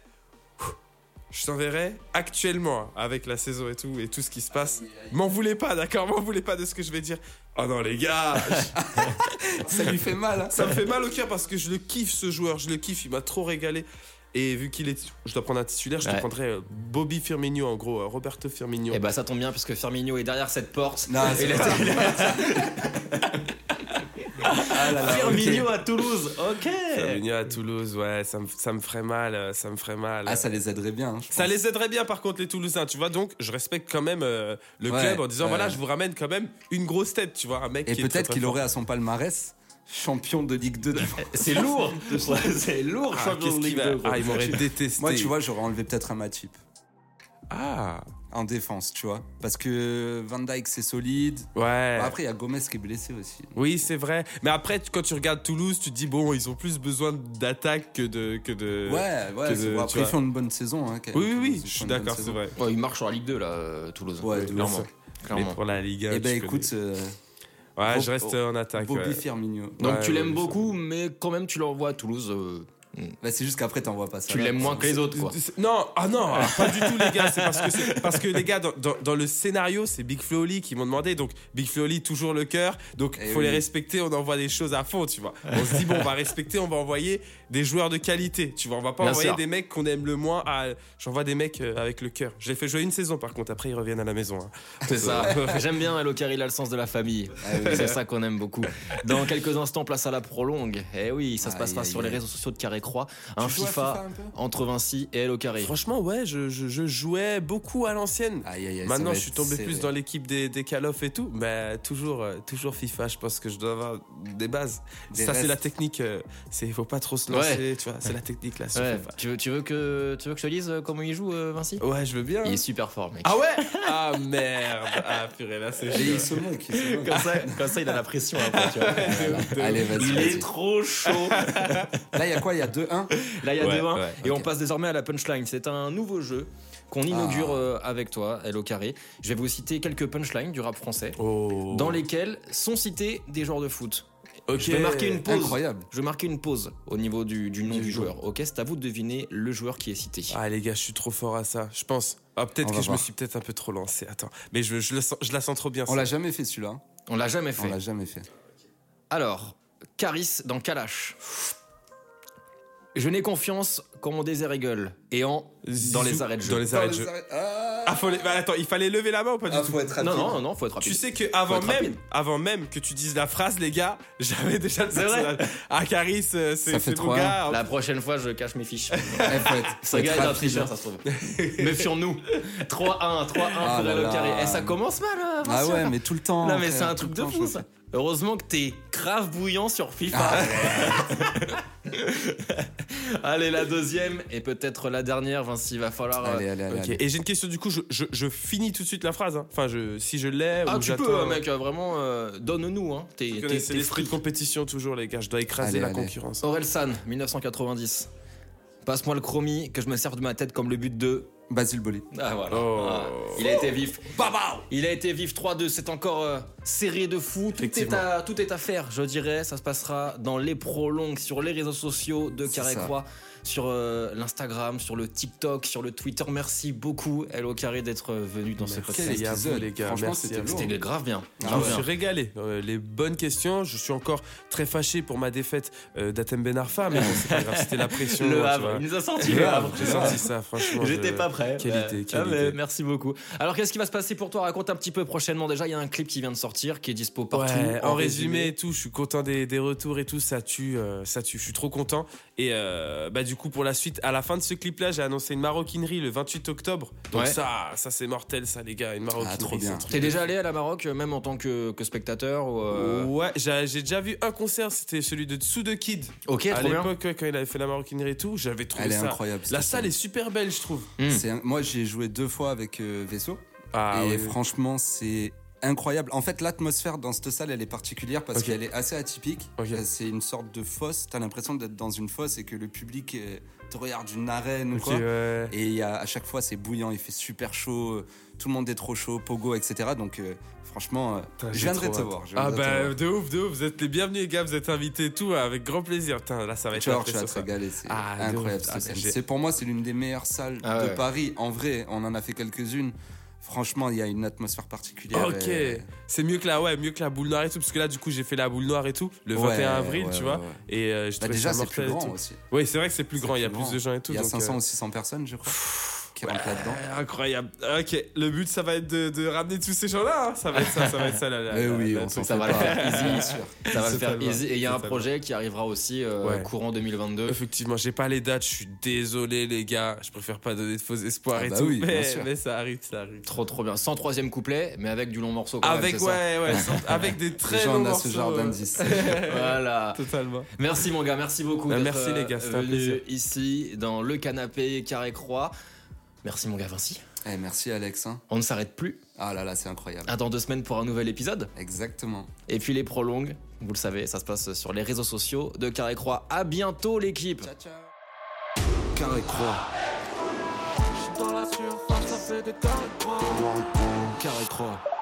S3: Je t'enverrai actuellement, hein, avec la saison et tout, et tout ce qui se passe. M'en voulez pas, d'accord M'en voulez pas de ce que je vais dire. Oh non, les gars
S1: Ça lui fait mal. hein.
S3: Ça me fait mal au cœur parce que je le kiffe, ce joueur. Je le kiffe, il m'a trop régalé. Et vu qu'il est. Je dois prendre un titulaire, je te
S2: Ouais.
S3: prendrai euh, Bobby Firmino, en gros, euh, Roberto Firmino.
S2: Et bah ça tombe bien parce que Firmino est derrière cette porte.
S1: Non, c'est
S2: Il a-
S1: pas- Ah là là, ok.
S2: Firmino à Toulouse, ok.
S3: Firmino à Toulouse, ouais, ça me, ça me ferait mal, euh, ça me ferait mal.
S1: Ah, ça les aiderait bien. hein, je
S3: Ça
S1: pense.
S3: les aiderait bien par contre les Toulousains, tu vois. Donc je respecte quand même euh, le
S1: Ouais,
S3: club en disant
S1: ouais.
S3: voilà, je vous ramène quand même une grosse tête, tu vois, un mec.
S1: Et
S3: qui est très,
S1: peut-être
S3: très
S1: qu'il
S3: fort.
S1: aurait à son palmarès champion de Ligue 2 de France.
S2: C'est lourd, c'est lourd.
S3: Ah,
S2: Champions
S3: qu'est-ce
S2: League
S3: qu'il va-
S2: deux, gros.
S3: Ah, il m'aurait détesté.
S1: Moi, tu vois, j'aurais enlevé peut-être un match
S3: Ah,
S1: en défense, tu vois. Parce que Van Dyke, c'est solide.
S3: ouais.
S1: Bah, après, il y a Gomez qui est blessé aussi.
S3: Oui, c'est vrai. Mais après, tu- quand tu regardes Toulouse, tu te dis bon, ils ont plus besoin d'attaque que de que de.
S1: ouais, ouais.
S3: Euh, que
S1: c'est-
S3: de-
S1: bon,
S3: tu
S1: après, ils
S3: vois.
S1: font une bonne saison. hein, quand même.
S3: Oui, oui, oui.
S1: Ils
S3: Je
S1: font
S3: suis
S1: une bonne
S3: d'accord, c'est
S1: saison.
S3: vrai.
S2: Ouais, il marche en Ligue 2 là, euh, Toulouse.
S1: Ouais, de ouf.
S3: clairement. Mais
S2: clairement.
S3: pour la Ligue 1,
S1: Eh ben,
S3: tu
S1: écoute, euh,
S3: connais. Ouais,
S1: Bob-
S3: je reste euh, en attaque.
S1: Bobby
S3: ouais.
S1: Firmino.
S2: Donc
S3: Ouais,
S2: tu
S3: ouais,
S2: l'aimes
S3: ouais,
S2: beaucoup, mais quand même tu l'envoies à Toulouse. euh,
S1: Bah, c'est juste qu'après, t'envoies pas ça.
S2: Tu
S1: là.
S2: l'aimes moins que les autres, quoi.
S3: C'est- Non, ah non, ah, pas du tout les gars, c'est parce que c'est- parce que les gars dans, dans- dans le scénario, c'est Big Flo et Oli qui m'ont demandé donc Big Flo et Oli toujours le cœur. Donc
S1: Eh
S3: faut les
S1: oui.
S3: respecter, on envoie des choses à fond, tu vois. On se dit bon, on va respecter, on va envoyer des joueurs de qualité, tu vois, on va pas
S2: Bien
S3: envoyer
S2: sûr.
S3: des mecs qu'on aime le moins à j'envoie des mecs euh, avec le cœur. Je les fais jouer une saison par contre, après ils reviennent à la maison. hein.
S2: C'est ça. J'aime bien Elokar, il a le sens de la famille. C'est ça qu'on aime beaucoup. Dans quelques instants, place à la prolongue. Eh oui, ça se
S1: Aïe,
S2: passera
S1: aïe,
S2: sur les
S1: aïe.
S2: réseels sociaux de Carré Croix. Un
S1: joues à FIFA
S2: FIFA
S1: un peu
S2: entre Vinci et Elocaré.
S3: Franchement, ouais, je, je- je jouais beaucoup à l'ancienne.
S1: Aïe, aïe, aïe, ça
S3: Maintenant,
S1: va
S3: je suis
S1: être
S3: tombé
S1: serré.
S3: plus dans l'équipe des, des Call of et tout, mais toujours, euh, toujours FIFA. Je pense que je dois avoir des bases.
S1: Des
S3: ça, c'est
S1: restes.
S3: la technique. euh, C'est faut pas trop se
S2: Ouais.
S3: lancer, tu vois. C'est la technique là. sur
S2: Ouais,
S3: FIFA.
S2: tu veux, tu veux que tu veux que je te dise euh, comment il joue, euh, Vinci
S3: Ouais, je veux bien.
S2: Il est super fort, mec.
S3: Ah ouais Ah merde Ah purée, là c'est
S1: Et
S3: chaud.
S1: il se moque. il se moque.
S2: comme, ça, comme ça, il a la pression après, tu vois.
S1: Allez, vas-y.
S2: Il est
S1: vas-y.
S2: trop chaud.
S1: Là, il y a quoi Il y a 2-1
S2: Là, il y a
S3: Ouais,
S2: deux un.
S3: ouais,
S2: et
S1: ok.
S2: on passe désormais à la punchline. C'est un nouveau jeu qu'on inaugure
S1: Ah.
S2: euh, avec toi, Hello Carré. Je vais vous citer quelques punchlines du rap français
S3: Oh.
S2: dans lesquelles sont cités des joueurs de foot.
S3: Ok.
S2: Je vais marquer une pause.
S1: Incroyable.
S2: Je vais marquer une pause au niveau du, du nom du, joueur. Ok, c'est à vous de deviner le joueur qui est cité.
S3: Ah les gars, je suis trop fort à ça. Je pense. Ah
S1: On
S3: peut-être
S1: va
S3: que je me
S1: voir.
S3: suis peut-être un peu trop lancé. Attends, mais je, je, le sens- je la sens trop bien.
S1: On
S3: ça.
S1: l'a jamais fait celui-là. hein.
S2: On l'a jamais
S1: On
S2: fait.
S1: l'a jamais fait.
S2: Alors, Caris dans Kalash. Je n'ai confiance quand mon désert rigole et en dans
S3: Zizou,
S2: les arrêts de jeu.
S3: Dans les arrêts de jeu. Ah,
S1: Ah,
S3: faut les- bah, attends, il fallait lever la main ou pas du
S1: Ah,
S3: tout
S1: faut être
S2: Non
S1: rapide.
S2: non non, faut être
S3: Tu
S2: rapide.
S3: sais que avant
S2: Faut être
S3: même,
S2: rapide.
S3: avant même que tu dises la phrase, les gars, j'avais déjà le
S2: C'est vrai
S3: personnage. Ah, Caris, euh, c'est
S1: Ça fait
S3: c'est mon
S1: trois,
S3: gars.
S2: La prochaine fois, je cache mes fiches.
S1: Eh, faut être- faut
S2: Ce
S1: être
S2: gars est un
S1: rapide. hein.
S2: tricheur, ça se trouve. Méfions-nous. 3-1, 3-1
S1: Ah
S2: pour
S1: là
S2: Hello
S1: là.
S2: Carré. Et ça commence mal, hein,
S1: Ah
S2: Vincent, là.
S1: ouais, mais tout le temps.
S2: Non, mais
S1: frère,
S2: c'est un
S1: tout
S2: truc
S1: le
S2: de
S1: temps,
S2: fou,
S1: je
S2: ça.
S1: le fais.
S2: Heureusement que t'es grave bouillant sur FIFA. allez, la deuxième et peut-être la dernière, Vinci. Il va falloir. euh,
S1: Allez, allez, allez.
S3: Ok,
S1: allez.
S3: Et j'ai une question du coup, je, je- je finis tout de suite la phrase. hein. Enfin, je, si je l'ai
S2: Ah,
S3: ou
S2: tu
S3: j'attends.
S2: peux, euh, mec, euh, vraiment, euh, donne-nous. Hein. T'es
S3: Vous
S2: t'es-
S3: connaissez
S2: t'es
S3: l'esprit
S2: free.
S3: de compétition toujours, les gars. Je dois écraser
S1: Allez,
S3: la
S1: allez.
S3: concurrence.
S2: Aurel San, 1990. Passe-moi le chromie, que je me serve de ma tête comme le but de.
S1: Basile Boli.
S2: Ah voilà.
S3: Oh.
S2: Ah, il a été vif. Il a été vif 3-2, c'est encore euh, serré de fou. Tout est,
S3: Effectivement.
S2: à, tout est à faire, je dirais. Ça se passera dans les prolongues, sur les réseaux sociaux de
S1: C'est
S2: Carré
S1: ça.
S2: Croix, sur euh, l'Instagram, sur le TikTok, sur le Twitter. Merci beaucoup, Hello Carré, d'être euh, venu dans ce
S3: Quel
S2: podcast.
S3: est- à vous, les gars.
S1: Franchement,
S3: Merci à
S1: c'était
S3: vous.
S1: lourd.
S2: C'était grave bien.
S1: Ah
S3: je
S2: Grave
S3: me
S1: ouais.
S3: suis
S2: bien.
S3: régalé. Euh, les bonnes questions. Je suis encore très fâché pour ma défaite euh, d'Atem Ben Arfa, mais bon, c'est pas grave. C'était la pression.
S2: Le
S3: hein, tu
S2: Havre,
S3: vois.
S2: il nous a sorti
S3: Le
S2: le Havre.
S3: Havre, J'ai senti ça, franchement.
S2: J'étais
S3: je-
S2: pas prêt.
S3: Quelle
S2: Ouais.
S3: idée, quelle
S2: Ah, mais
S3: idée.
S2: Merci beaucoup. Alors, qu'est-ce qui va se passer pour toi Raconte un petit peu prochainement. Déjà, il y a un clip qui vient de sortir, qui est dispo partout.
S3: Ouais, en résumé et tout, je suis content des, des retours et tout, ça tue, euh, ça tue, je suis trop content. Et euh, bah du coup pour la suite, à la fin de ce clip là, j'ai annoncé une maroquinerie le 28 octobre. Donc
S2: Ouais.
S3: ça, ça c'est mortel ça les gars, une maroquinerie.
S1: Ah, trop bien.
S3: c'est un truc
S2: T'es
S3: de
S2: déjà allé à la Maroc, euh, même en tant que, que spectateur ou, euh,
S3: Ouais, j'ai j'ai déjà vu un concert, c'était celui de Tsude Kid.
S2: Ok,
S3: à
S2: trop bien.
S3: l'époque, ouais, quand il avait fait la maroquinerie et tout, j'avais trouvé
S1: Elle est
S3: ça.
S1: incroyable.
S3: La
S1: cette
S3: salle est super belle, je trouve.
S1: C'est un- Moi, j'ai joué deux fois avec euh, Vaisseau.
S3: Ah,
S1: et
S3: ouais.
S1: franchement, c'est incroyable. En fait, l'atmosphère dans cette salle, elle est particulière parce
S3: Ok.
S1: qu'elle est assez atypique.
S3: Ok.
S1: Euh, C'est une sorte de fosse. T'as l'impression d'être dans une fosse et que le public euh, te regarde d'une arène ou
S3: Ok,
S1: quoi.
S3: ouais.
S1: Et il y a- à chaque fois, c'est bouillant, il fait super chaud, euh, tout le monde est trop chaud, Pogo, etc. Donc, euh, franchement, euh,
S3: Putain,
S1: je
S3: j'ai
S1: viendrai
S3: trop
S1: te
S3: hâte.
S1: voir. je
S3: Ah
S1: viendrai te
S3: bah
S1: voir.
S3: de ouf, de ouf, vous êtes les bienvenus les gars, vous êtes invités et tout, avec grand plaisir. Putain, là ça va être
S1: Tu vas
S3: la
S1: voir, tu vas
S3: pression,
S1: te
S3: ça.
S1: régaler, c'est
S3: Ah, de
S1: incroyable.
S3: ouf.
S1: cette
S3: Ah,
S1: scène.
S3: j'ai-
S1: c'est pour moi, c'est l'une des meilleures salles
S2: Ah
S1: de
S2: ouais.
S1: Paris. En vrai, on en a fait quelques-unes. Franchement, il y a une atmosphère particulière.
S3: Ok,
S1: et-
S3: c'est mieux que la ouais, mieux que la boule noire et tout parce que là du coup j'ai fait la boule noire et tout le 21
S1: Ouais,
S3: avril,
S1: ouais,
S3: tu
S1: ouais,
S3: vois.
S1: ouais.
S3: Et euh, je
S1: Bah,
S3: trouvais
S1: déjà,
S3: ça
S1: c'est plus
S3: mortel et
S1: grand
S3: tout.
S1: aussi.
S3: Oui, c'est vrai que c'est plus grand, il y a
S1: grand.
S3: plus de gens et tout.
S1: Il y a
S3: donc,
S1: 500
S3: euh,
S1: ou 600 personnes, je crois, qui rentrent là-dedans.
S3: euh, incroyable. Ok, le but ça va être de, de ramener tous ces gens-là. hein. Ça va être ça, ça va être ça. La, la-
S1: Eh oui,
S3: la- la-
S1: on s'en
S2: Ça
S1: fout
S2: va le
S1: pas.
S2: faire easy, ça va le faire
S3: Totalement.
S2: easy. Et il y a un
S3: Totalement.
S2: projet qui arrivera aussi euh,
S3: Ouais.
S2: courant 2022.
S3: Effectivement, j'ai pas les dates. Je suis désolé les gars. Je préfère pas donner de faux espoirs
S1: Ah
S3: et
S1: bah
S3: tout.
S1: oui, bien
S3: mais,
S1: sûr.
S3: mais ça arrive, ça arrive.
S2: Trop trop bien. 103ème couplet, mais avec du long morceau. Quand
S3: Avec
S2: même, c'est
S3: ouais, ouais, sans- avec des très
S1: Déjà,
S3: longs
S1: on a
S3: morceaux,
S1: ce genre
S3: euh,
S1: d'indice.
S2: ça. Voilà.
S3: Totalement.
S2: Merci mon gars, merci beaucoup.
S3: Bah,
S2: d'être,
S3: merci, les gars,
S2: euh,
S3: c'était un
S2: venu
S3: plaisir.
S2: ici dans le canapé carré croix. Merci mon gars Vinci.
S1: Eh, merci, Alex. hein.
S2: On ne s'arrête plus.
S1: Ah là là, c'est incroyable.
S2: À dans deux semaines pour un nouvel épisode.
S1: Exactement.
S2: Et puis les prolongues, vous le savez, ça se passe sur les réseaux sociaux de Carré Croix. À bientôt l'équipe.
S5: Carré croix. Carré croix.